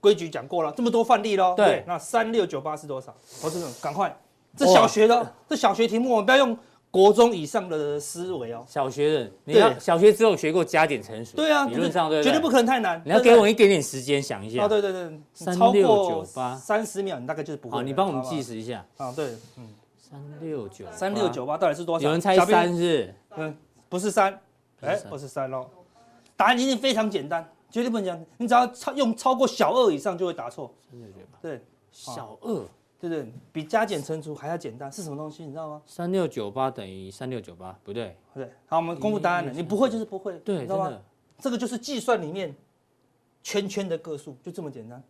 规矩讲过了，这么多范例喽，对对，那三六九八是多少？投资者赶快，这小学的哦，这小学题目，我们不要用国中以上的思维哦，小学的，你要对小学只有学过加减乘除，对啊，理论上对绝对不不对？可能太难，你要对不对给我一点点时间想一下哦，。对对对， 3698超过三十秒，你大概就是不会好，了。你帮我们计时时一下，啊，对，嗯，三六九三六，九八到底是多少？有人猜小兵三，是？嗯，不是三，不是哎三，不是三喽。答案一定非常简单，绝对不能讲，你只要超用超过小二以上就会答错。三六九八，对小二，对对，比加减乘除还要简单，是什么东西？你知道吗？三六九八等于三六九八，不对，对，好，我们公布答案了。嗯你不会就是不会，你对，知真道吗？的，这个就是计算里面圈圈的个数，就这么简单。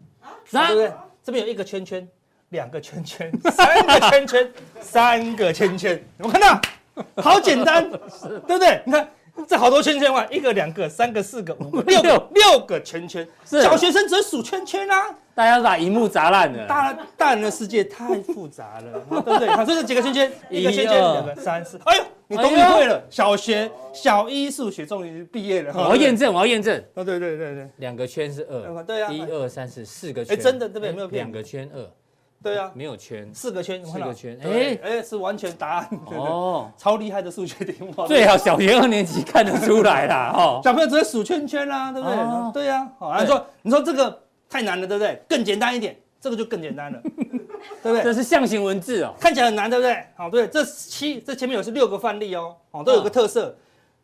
啥啊对不对？这边有一个圈圈，两个圈圈， 三个圈圈，三个圈圈，有没有看到？好 简单，对不对？你看这好多圈圈哇，一个、两个、三个、四个、五个、六个、六个圈圈，是小学生只会数圈圈啊！大家把荧幕砸烂了，大大人的世界太复杂了， 对不对？好，所以这几个圈圈，一个圈一圈，二两个、三四，哎呦，你终于哎呦哦会了，小学小一数学终于毕业了，我要验证，我要验证，哦，对对对对两个圈是对，二，对啊一，二三四四个圈，哎真的对不对没有骗两个圈二，对啊，没有圈，四个圈，有没有看到四个圈对哎哎，是完全答案，对对哦， 超厉害的数学题目啊。最好小学二年级看得出来啦，哦，小朋友只会数圈圈啦、对不对？哦对呀、好，对然后说你说这个太难了，对不对？更简单一点，这个就更简 单了，对不这对？是象形文字哦，看起来很难，对不对？好，对，这七这前面有是六个范例哦，哦，都有啊个特色。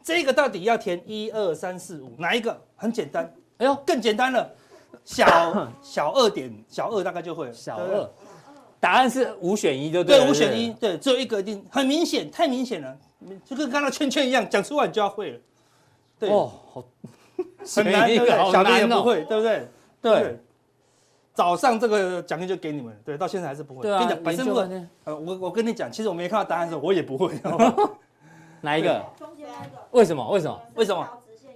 这个到底要填一二三四五哪一个？很简单，哎呦，更简单了，小小二点小二大概就会了，小对不对二，答案是五选一，就对了，对，五选是一，对，只有一个一定很明显，太明显了，就跟刚刚圈圈一样，讲出来你就要会了，不对，是，哦，好，很难，选一对个不对好？小的也难哦不会，对不对？对，早上这个奖励就给你们，对，到现在还是不会。对啊，跟你讲，百研分究之呢呃，我我跟你讲，其实我没看到答案的时候，我也不会。 哪一个？中间那个为什么？为什么？为什么？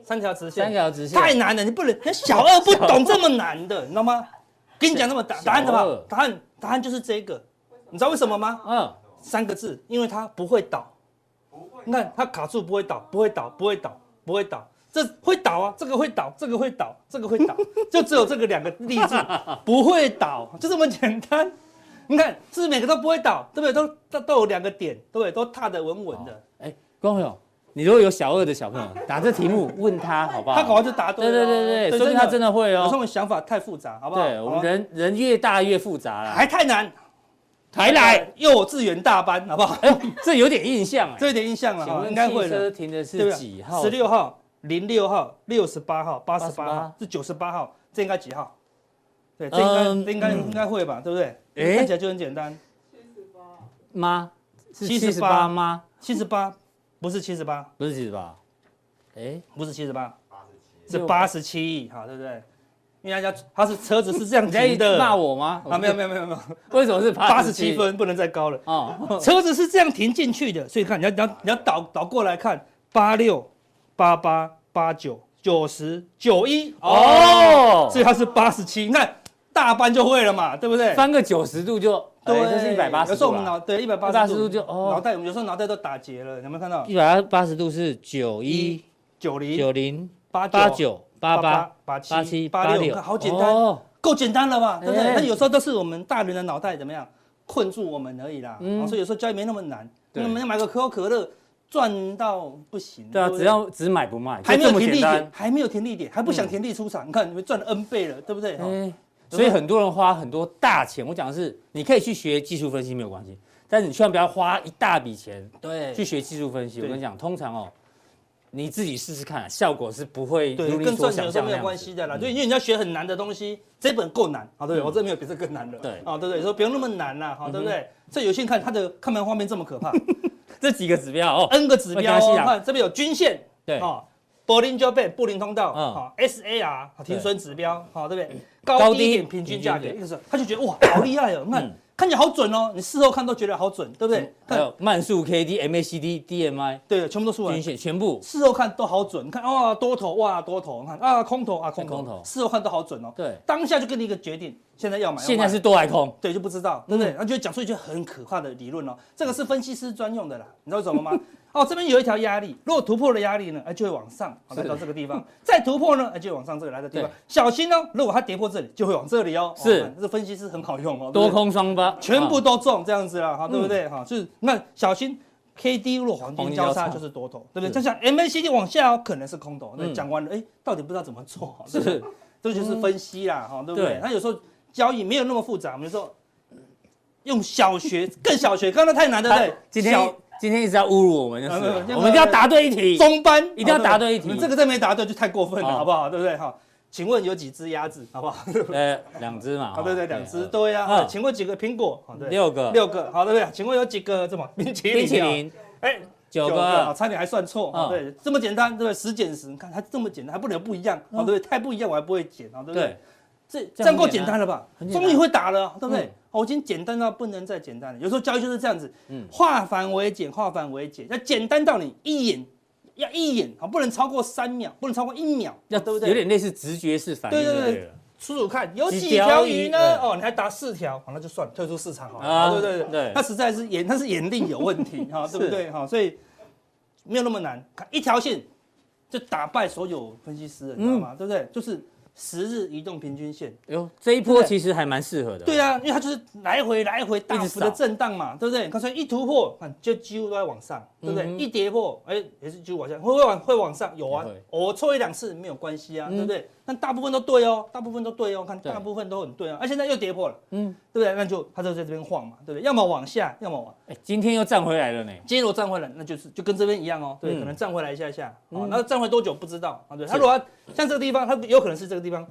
三条直三线条直线，太难了，你不能，人小二不懂这么难的，你知道吗？跟你讲那么答小答案的吧二，答案答案就是这个，你知道为什么吗？嗯，三个字，因为它不会倒。你看它卡住不会倒，不会倒，不会倒，不会倒，这会倒啊，这个会倒，这个会倒，这个会 倒，就只有这个两个例子不会倒，就这么简单。你看，是不是每个都不会倒，对不对？都都都有两个点，对不对？都踏得稳稳的，哎，观众朋友，你如果有小二的小朋友，打这题目问他好不好？他搞完就答对对了。对对对，说不定他真的的会有时哦。候我们想法太复杂，好不好？对，我们好吗人人越大越复杂啦。还太难，还来，幼稚园大班，好不 好？哎，这有点印象这哎。有点印象了，请哈问应该会汽了。车停的对不是对？几号？十。六号、零六号、六十八号、八十88八号，这九十八号，这应该几号？对，这应该、嗯这应该应该会吧，对不对？诶看起来就很简单。吗？是七十八78吗？七十八不是七十八，不是七十八。哎，不是七十八，是六八十七，好，对不对？因为大家它是车子是这样你在停 的骂我吗？啊，没有没有没有没有，有，为什么是八 八十七七？分不能再高了。哦，车子是这样停进去的，所以看你要你要你要倒倒过来看，八六、八八、八九、九十、九一哦所以它是八十七。你看大班就会了嘛，对不对？翻个九十度就，对，哎这是一百八十有时候度我们啦。脑对一百八180十度就哦脑袋我们有时候脑袋都打结了，有没有看到？一百八十度是九一一九零九零八八九八八八八七八八六，六，看好简单，哦够简单了吧？对不对哎？那有时候都是我们大人的脑袋怎么样困住我们而已啦。嗯哦所以有时候教育没那么难，对那我们要买个可口可乐赚到不行。对啊，不只要只买不卖，还就没这有么停简利点单，。嗯还没有停利点，还不想停利出场，你看你们赚了 N 倍了，对不对？哦哎，所以很多人花很多大钱，我讲的是你可以去学技术分析没有关系，但是你千万不要花一大笔钱对去学技术分析。我对跟你讲，通常哦，你自己试试看，效果是不会对如，你跟所想赚钱有时象那候没有样关子嗯系的啦，就因为你要学很难的东西，这本够难，好对不对？我这没有比这更难的，对嗯啊对不对？说不用那么难啦，啊好对不对？这有些人看它的看盘画面这么可怕这几个指标哦， ，N 个指会跟标他哦，吸氧看这边有均线，对啊，柏林 j o b a 布林通道，嗯啊，SAR 好停损指标，好对不对？高高低低点平均价格，平均那个时候他就觉得哇，好厉害哦，你嗯看看起来好准哦，你事后看都觉得好准，对不对？还看有慢速 K D M A C D D M I 对，全部都出来均，线全部事后看都好准，你看哇多头哇多头，你看啊空头啊空哎空头头，事后看都好准哦。对，当下就给你一个决定，现在要买，要卖现在是嗯多还空，对就不知道，对不对？然后就讲出一句很可怕的理论哦，这个是分析师专用的啦，你知道为什么 吗？哦，这边有一条压力，如果突破了压力呢，哎就会往上，好来到这个地方，再突破呢，哎就会往上这个来的地方对，小心哦，如果它跌破这里，就会往这里哦。哦是看这分析师很好用哦，对不多对空双八，全部啊都中这样子啦，哈，哦对不对？哈，就是那小心 K D 如果黄黄金金交交叉叉就是多头，对不对？是就像 M A C D 往下哦，可能是空头。那嗯讲完了，哎，到底不知道怎么做，好对不对是这就是分析啦，哈，对嗯不对对？那有时候交易没有那么复杂，我们就说用小学 更小学，刚刚太难，对不对他？今小天今天一直要侮辱我们，就是啊没有没有我们一定要答对一题。中班一定要答对一题哦好不你们这个再没答对就太过分了，好好不好？对不对？哈，请问有几只鸭子，好不好？呃，两只嘛，好，啊对对，两只，都对呀。嗯好请问几个苹果？好，对，六个，六个，好，对不对？请问有几个什么冰淇淋？冰淇，淋哎，九啊，个，差点还算错啊、嗯对，这么简单，对不对？十减十，你看它这么简单，还不能不一样，哦，对不对？太不一样我还不会减，哦，对不嗯对？对，这这这样样很够简简单单了吧很？简单终于会打了，对不对嗯？哦，我已经简单到不能再简单了。有时候教育就是这样子嗯，化繁为简，化繁为简，要简单到你一眼要一眼啊，不能超过三秒，不能超过一秒，要哦对不对？有点类似直觉式反应，对对对对了数数看，有几几条条鱼鱼呢对？哦，你还答四条，好，那就算了，退出市场好了。啊啊、对对对，对那实在是眼，那是眼力有问题哈，对不对哈？所以没有那么难，看一条线就打败所有分析师了，你知道嗯吗？对不对？就是十日移动平均线。哎呦，这一波其实还蛮适合的，对啊，因为它就是来回来回大幅一的直扫震荡嘛，对不对？刚才一突破，看就几乎都在往上，对不对？嗯哼一跌破，哎，也是几乎往下，会会往会往上，有啊也会，偶尔错一两次没有关系啊，嗯对不对？但大部分都对哦，大部分都对哦，看对大部分都很对啊，啊，现在又跌破了，嗯嗯，对不对？那就它就在这边晃嘛，对不对？要么往下，要么往。哎，今天又站回来了呢，今天如果站回来，那就是就跟这边一样哦，对，嗯可能站回来一下下，哦嗯，那站回多久不知道啊？对，它是如果要像这个地方，它有可能是这个地方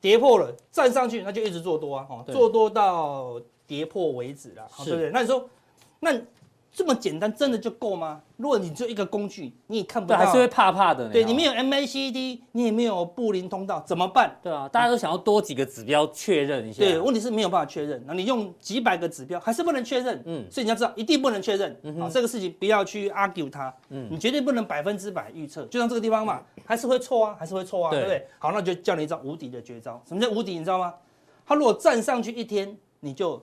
跌破了，站上去，那就一直做多啊，哦，对做多到跌破为止啦，哦是对不对？那你说，那这么简单真的就够吗？如果你就一个工具，你也看不对，还到是，会怕怕的呢，对，哦你没有 MACD，你也没有布林通道，怎么办？对啊，大家都想要多几个指标确认一下，对，问题是没有办法确认。那你用几百个指标还是不能确认，嗯嗯，所以你要知道一定不能确认，好、这个事情不要去 argue 它，嗯嗯，你绝对不能百分之百预测。就像这个地方嘛，还是会错啊，还是会错啊，对对不对？好，那我就教你一招无敌的绝招。什么叫无敌？你知道吗？它如果站上去一天，你就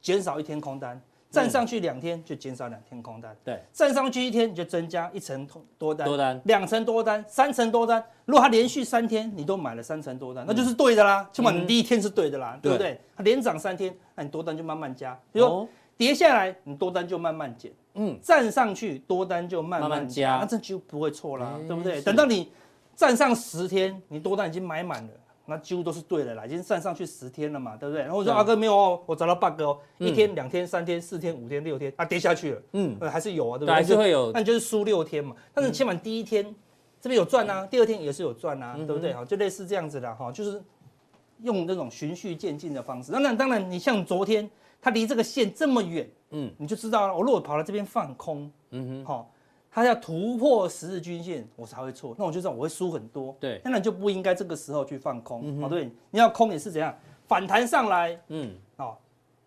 减少一天空单；站上去两天就减少两天空单，对，站上去一天就增加一层多单，多单两层多单，三层多单。如果它连续三天你都买了三层多单，那嗯就是对的啦，起码你第一天是对的啦，对不对？它连涨三天，那你多单就慢慢加，比如哦说跌下来你多单就慢慢减，嗯，站上去多单就慢慢慢慢加加，那这就不会错啦哎，对不对？是等到你站上十天，你多单已经买满了。那几乎都是对的啦，已经站上去十天了嘛，对不对？然后我说对阿哥没有哦，我找到 bug 哦，嗯一天、两天、三天、四天、五天、六天，啊跌下去了，嗯，呃还是有啊，对对，不对？还是会有那你就是输六天嘛。但是起码第一天这边有赚啊，第二天也是有赚啊，对不对？哈，就类似这样子的哈，就是用那种循序渐进的方式。当然，当然，你像昨天它离这个线这么远，嗯嗯，你就知道了。我如果跑到这边放空，嗯哼，好。它要突破十日均线，我才会错。那我就知道我会输很多。对那你就不应该这个时候去放空。哦，对，你要空也是怎样反弹上来，嗯，哦，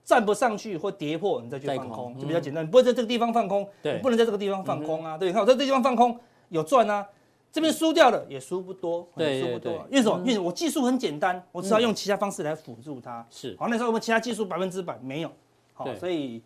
站不上去或跌破，你再去嗯再放空，空就比较简单。你不会在这个地方放空，对嗯你不能在这个地方放空啊。对，你看我在这个地方放空有赚啊，这边输掉了也输不多，嗯对也输不对多对嗯啊。因为什么？因为我技术很简单，我只要用其他方式来辅助它。是好，那时候我们其他技术百分之百没有，好嗯对，所以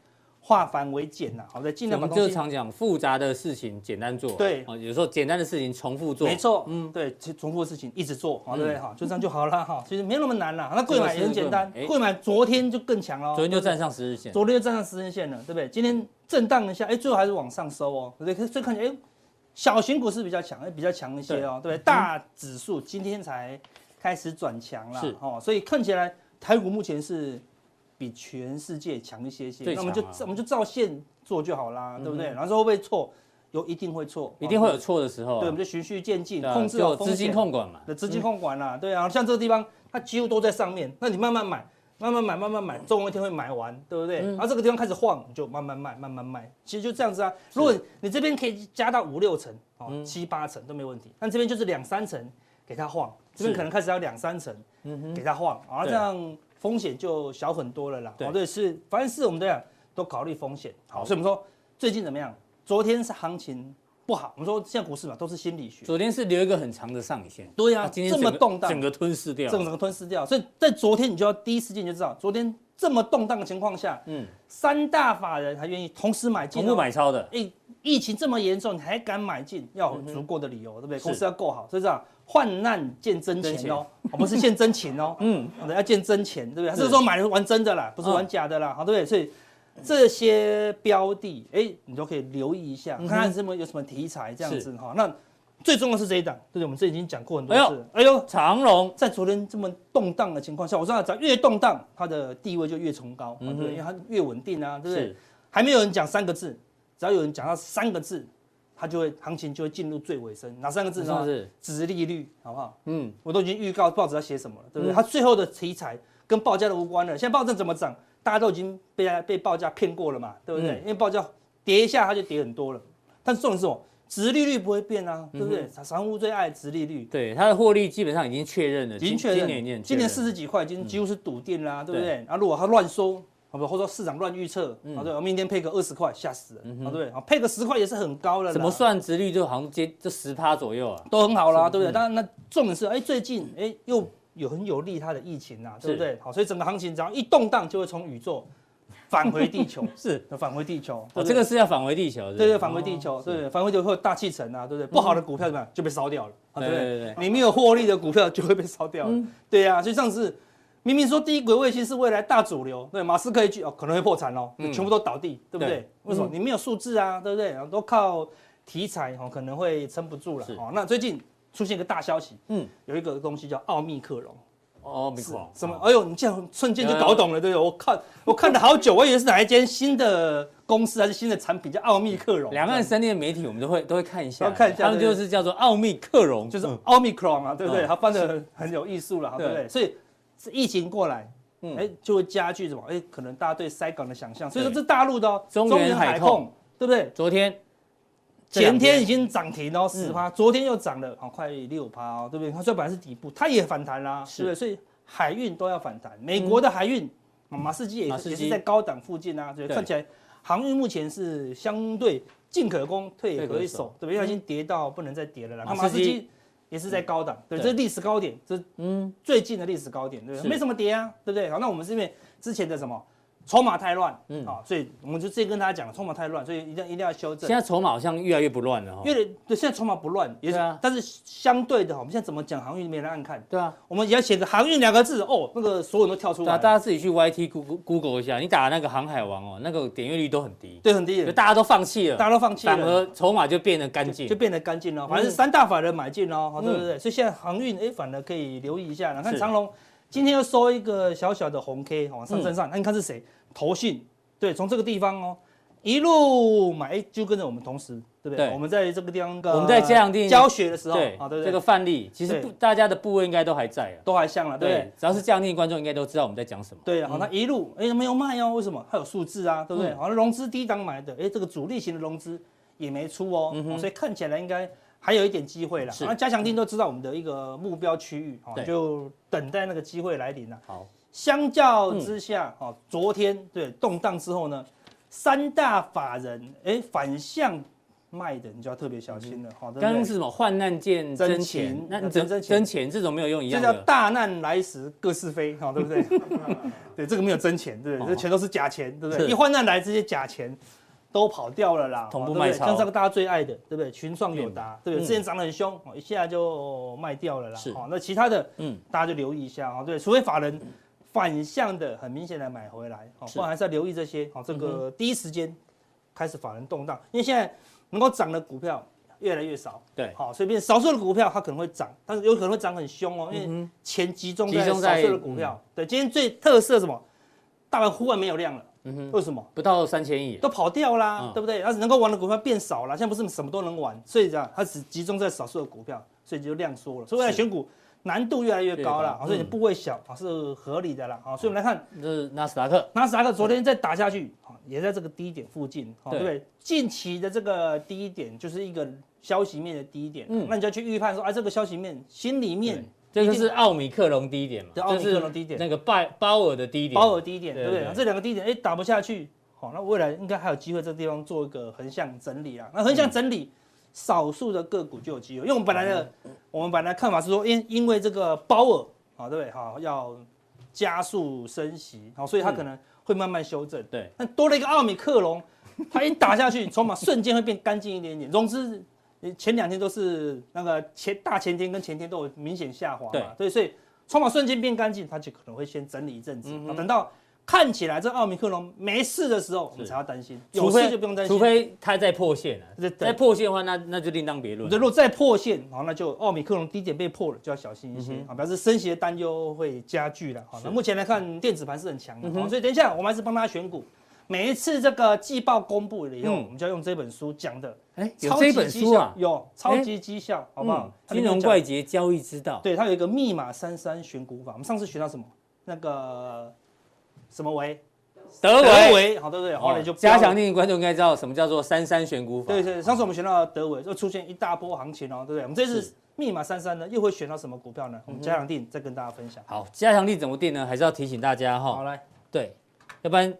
化繁为简啊呐。好的，尽我量把们就东西。常讲复杂的事情简单做，对哦，有时候简单的事情重复做，嗯没，错，嗯，对，其实重复的事情一直做，好，对不对？哈，就这样就好了哈，其实没有那么难啦。那贵买也很简单这个是，贵买昨天就更强了，哎昨天就站上十日线，昨天就站上十日线了，对不对？今天震荡一下，哎，最后还是往上收哦，对不对？所以看起来，哎，小型股市比较强，哎，比较强一些哦，嗯对不对？大指数今天才开始转强啦是，哦，所以看起来台股目前是比全世界强一些些，最那我们就强啊嗯我们就照线做就好啦，对不对？然后说会不会错？有一定会错，一定会有哦错的时候啊，对，我们就循序渐进，对啊控制好就风资险，金控管嘛，嗯的资金控管啦、对啊，像这个地方它几乎都在上面，那你慢慢买，慢慢买，慢慢买，总有一天会买完，对不对？嗯然后这个地方开始晃，你就慢慢卖，慢慢卖，其实就这样子啊。如果你这边可以加到五六层，哦，嗯七八层都没问题，但这边就是两三层给它晃，这边是嗯可能开始要两三层，给它晃，然后对这样风险就小很多了啦。对嗯哦，对，是，凡事我们这样都考虑风险。好，所以我们说最近怎么样？昨天是行情不好，我们说现在股市嘛都是心理学。昨天是留一个很长的上影线，对那啊，今天这么整个动荡，整个吞噬掉，这个整个吞噬掉。所以在昨天你就要第一时间你就知道，昨天这么动荡的情况下，嗯，三大法人还愿意同时买进、同步买。超的，疫疫情这么严重，你还敢买进，要有足够的理由，对不对？是公司要够好，所以这样患难见真嗯真情情哦，我不是见真 情哦，嗯嗯，要见真钱，对不对？是这时候买的是玩真的啦，不是玩假的啦，好，对不对？所以这些标的，哎，你都可以留意一下，嗯看看什么有什么题材这样子哈。那最重要是这一档，对不对？我们这已经讲过很多哎呦次，哎呦，长隆在昨天这么动荡的情况下，我知道只要越动荡，它的地位就越崇高，嗯嗯、哼对，因为它越稳定啊，对不对是？还没有人讲三个字，只要有人讲到三个字，它就会行情就会进入最尾声。哪三个字是呢？不是？殖利率，好不好？嗯，我都已经预告报纸要写什么了，对不对？它最后的题材跟报价都无关了。现在报价怎么涨，大家都已经被被报价骗过了嘛，对不对？嗯因为报价跌一下，它就跌很多了。但是重点是我，殖利率不会变啊，对不嗯对？散户最爱殖利率，对，它的获利基本上已经确认了，已经今确认，今年已经确今认年嗯四十几块，已经几乎是笃定啦，对不对对？啊，如果他乱收，好不好？或者说市场乱预测，嗯啊，对，我明天配个二十块，吓死人，啊，对不对，啊，配个十块也是很高了啦，怎么算值率就好像接就十趴左右啊，都很好啦，对不对？当然，那重点是，哎，最近哎又有很有利它的疫情啊，对不对？好，所以整个行情只要一动荡，就会从宇宙 返回地球， 是，返回地球，哦，对不这对个是要返回地球，是不对是嗯对，返回地球，对对，返回地球会有大气层啊，对不对？不好的股票怎么样就被烧掉了，啊哦对对不对对对？你没有获利的股票就会被烧掉了，对呀，所以上次明明说低轨卫星是未来大主流，对，马斯克一句哦可能会破产哦，全部都倒地，对不对嗯对？为什么？你没有数字啊，对不对？然后都靠题材哦，可能会撑不住了是哦。那最近出现一个大消息，嗯嗯，有一个东西叫奥密克戎。哦，没是错，什么？哦哎呦，你这样瞬间就搞懂了，对不对？我看 我看了好久，我以为是哪一间新的公司还是新的产品叫奥密克戎。嗯两岸三地的媒体我们都会都会看一下，都看一下他们对就对是叫做奥密克戎，就是奥密克戎啊，对不嗯对？它翻的很有艺术了，对对不对？所以是疫情过来，嗯哎，就会加剧什么？哎，可能大家对塞港的想象。所以说对这大陆的哦中原海控，对不对？昨天这两嗯前天已经涨停哦，十趴，昨天又涨了，好快六趴哦，对不对？它虽然本来是底部，它也反弹啦，是对不对？所以海运都要反弹，美国的海运，啊马士基也嗯马士是基也是在高档附近啊，对对不对，看起来航运目前是相对进可攻，退可退可守守，对不对？因为它已经跌到不能再跌了啦，那马马士士基基也是在高档，对，对这是历史高点，这是嗯最近的历史高点，对不是对？没什么跌啊，对不对？好，那我们这边之前的什么筹码太乱，嗯嗯，好、所以我们就之前跟大家讲了，筹码太乱，所以一定要一定要修正现。在筹码好像越来越不乱了哈。因为对现在筹码不乱，也是，对啊但是相对的哈，我们现在怎么讲航运没人按看，对啊，我们只要写个航运两个字，哦，那个所有人都跳出对来啊，了，大家自己去 YT Google Google 一下，你打那个航海王哦，那个点阅率都很低，对很低就的，大家都放弃了，大家都放弃反了，而筹码就变得干净就。变得干净了，反正嗯是三大法人买进哦，好对嗯不对？所以现在航运哎，反而可以留意一下了。看是长隆今天又收一个小小的红 K 哦往嗯上升上，那你看是谁？投信，对，从这个地方哦一路买，哎就跟着我们同时，对不对？对我们在这个地方，我们在嘉这阳样店教学的时候，对啊，对不这个对？范例其实对不，大家的部位应该都还在啊。都还像了，对不对对？，只要是这样听的观众应该都知道我们在讲什么。对啊，好，那一路哎没有卖哦，为什么？它有数字啊，对不对？嗯好，那融资低档买的，哎，这个主力型的融资也没出哦，嗯哼哦所以看起来应该还有一点机会啦。是那加强定都知道我们的一个目标区域，哦对，就等待那个机会来临了。好，相较之下，哦，昨天对动荡之后呢，三大法人哎反向卖的，你就要特别小心了。好，对不对嗯刚刚是什么？患难见真真情情，那你真真真情真钱这种没有用一这样叫的。大难来时各是非，哦哈、对不 对？对，这个没有真钱，对不对？哦这全都是假钱，对不对？是一患难来，这些假钱都跑掉了啦，同步哦对不对卖超像这个大家最爱的，对不对？群创友达，对嗯不对？之前涨得很凶，哦一下就卖掉了啦。是哦，那其他的，嗯嗯，大家就留意一下啊、哦，对，除非法人。反向的，很明显的买回来，哦，是嗯不然还是要留意这些，哦，这个第一时间开始法人动荡，因为现在能够涨的股票越来越少，对，好，所以变少数的股票它可能会涨，但是有可能会涨很凶哦，因为嗯钱集中集在中少在嗯数的股票。对，今天最特色是什么？大盘忽然没有量了，哼，嗯哼，为什么？不到三千亿。都跑掉啦嗯，对不对？它能够玩的股票变少了，现在不是什么都能玩，所以这样它只集中在少数的股票，所以就量缩了。所以未来是选股难度越来越高越了高，所以你嗯部位小啊是合理的啦。好，所以我们来看这是纳斯达克，纳斯达克昨天再打下去，啊也在这个低点附近，啊对对不对？近期的这个低点就是一个消息面的低点，嗯那你就要去预判说，哎、这个消息面心里面这就是奥米克隆低点嘛，对奥米克这是隆低点那个拜鲍尔的低点，包尔低点，对对不对？对这两个低点，哎，打不下去，好，那未来应该还有机会，这个地方做一个横向整理啊。那横向整理，少数的个股就有机会，因为我们本来的我们本来看法是说，因因为这个鲍尔，好，对不对？好，要加速升息，好，所以它可能会慢慢修正。对，但多了一个奥米克隆， 它一打下去，筹码瞬间会变干净一点点。融资呃前两天都是那个前大前天跟前天都有明显下滑嘛，对对，所以筹码瞬间变干净，它就可能会先整理一阵子，嗯哼啊等到看起来这奥米克隆没事的时候，我们才要担心，有除事非就不用担心。除非它在破线了，对对在破线的话，那那就另当别论对，。如果再破线，好，那就奥米克戎低点被破了，就要小心一些嗯，好、表示升息的担忧会加剧了。好，是那目前来看，电子盘是很强的，嗯好、哼所以等一下我们还是帮大家选股。每一次这个季报公布了以后，嗯我们就要用这本书讲的哎，有超这级本绩书啊效，有超级绩效，好不好嗯？它里金面融讲怪杰交易之道，对，它有一个密码三三选股法。我们上次学到什么？那个什么维德德维，维，好对不对？后来就加标强了定的观众应该知道什么叫做三三选股法。对对，上次我们选到德伟，又出现一大波行情哦，对不对？我们这次密码三三呢，又会选到什么股票嗯呢？我们加强定再跟大家分享。好，加强力怎么定呢？还是要提醒大家好，哈，来对，要不然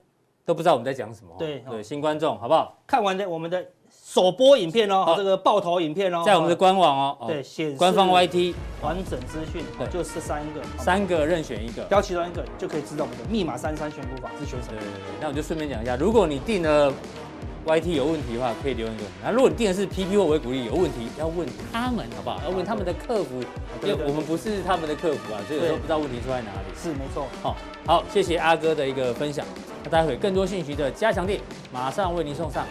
都不知道我们在讲什么哦。对对，哦新观众好不好？看完的我们的首播影片哦好，这个爆头影片哦，在我们的官网哦，哦对显示官方 YT 完整资讯，对就这三个，三个任选一个。标其中一个就可以知道我们的密码三三选股法是选什对么对。对，那我就顺便讲一下，如果你定了 YT 有问题的话，可以留言给我们。那如果你定的是 PP 或维鼓励有问题，要问他们好不好？要问他们的客服，因对为对对我们不是他们的客服啊，所以有时候对不知道问题出在哪里。是没错，好、好，谢谢阿哥的一个分享。那待会更多讯息的加强店马上为您送上。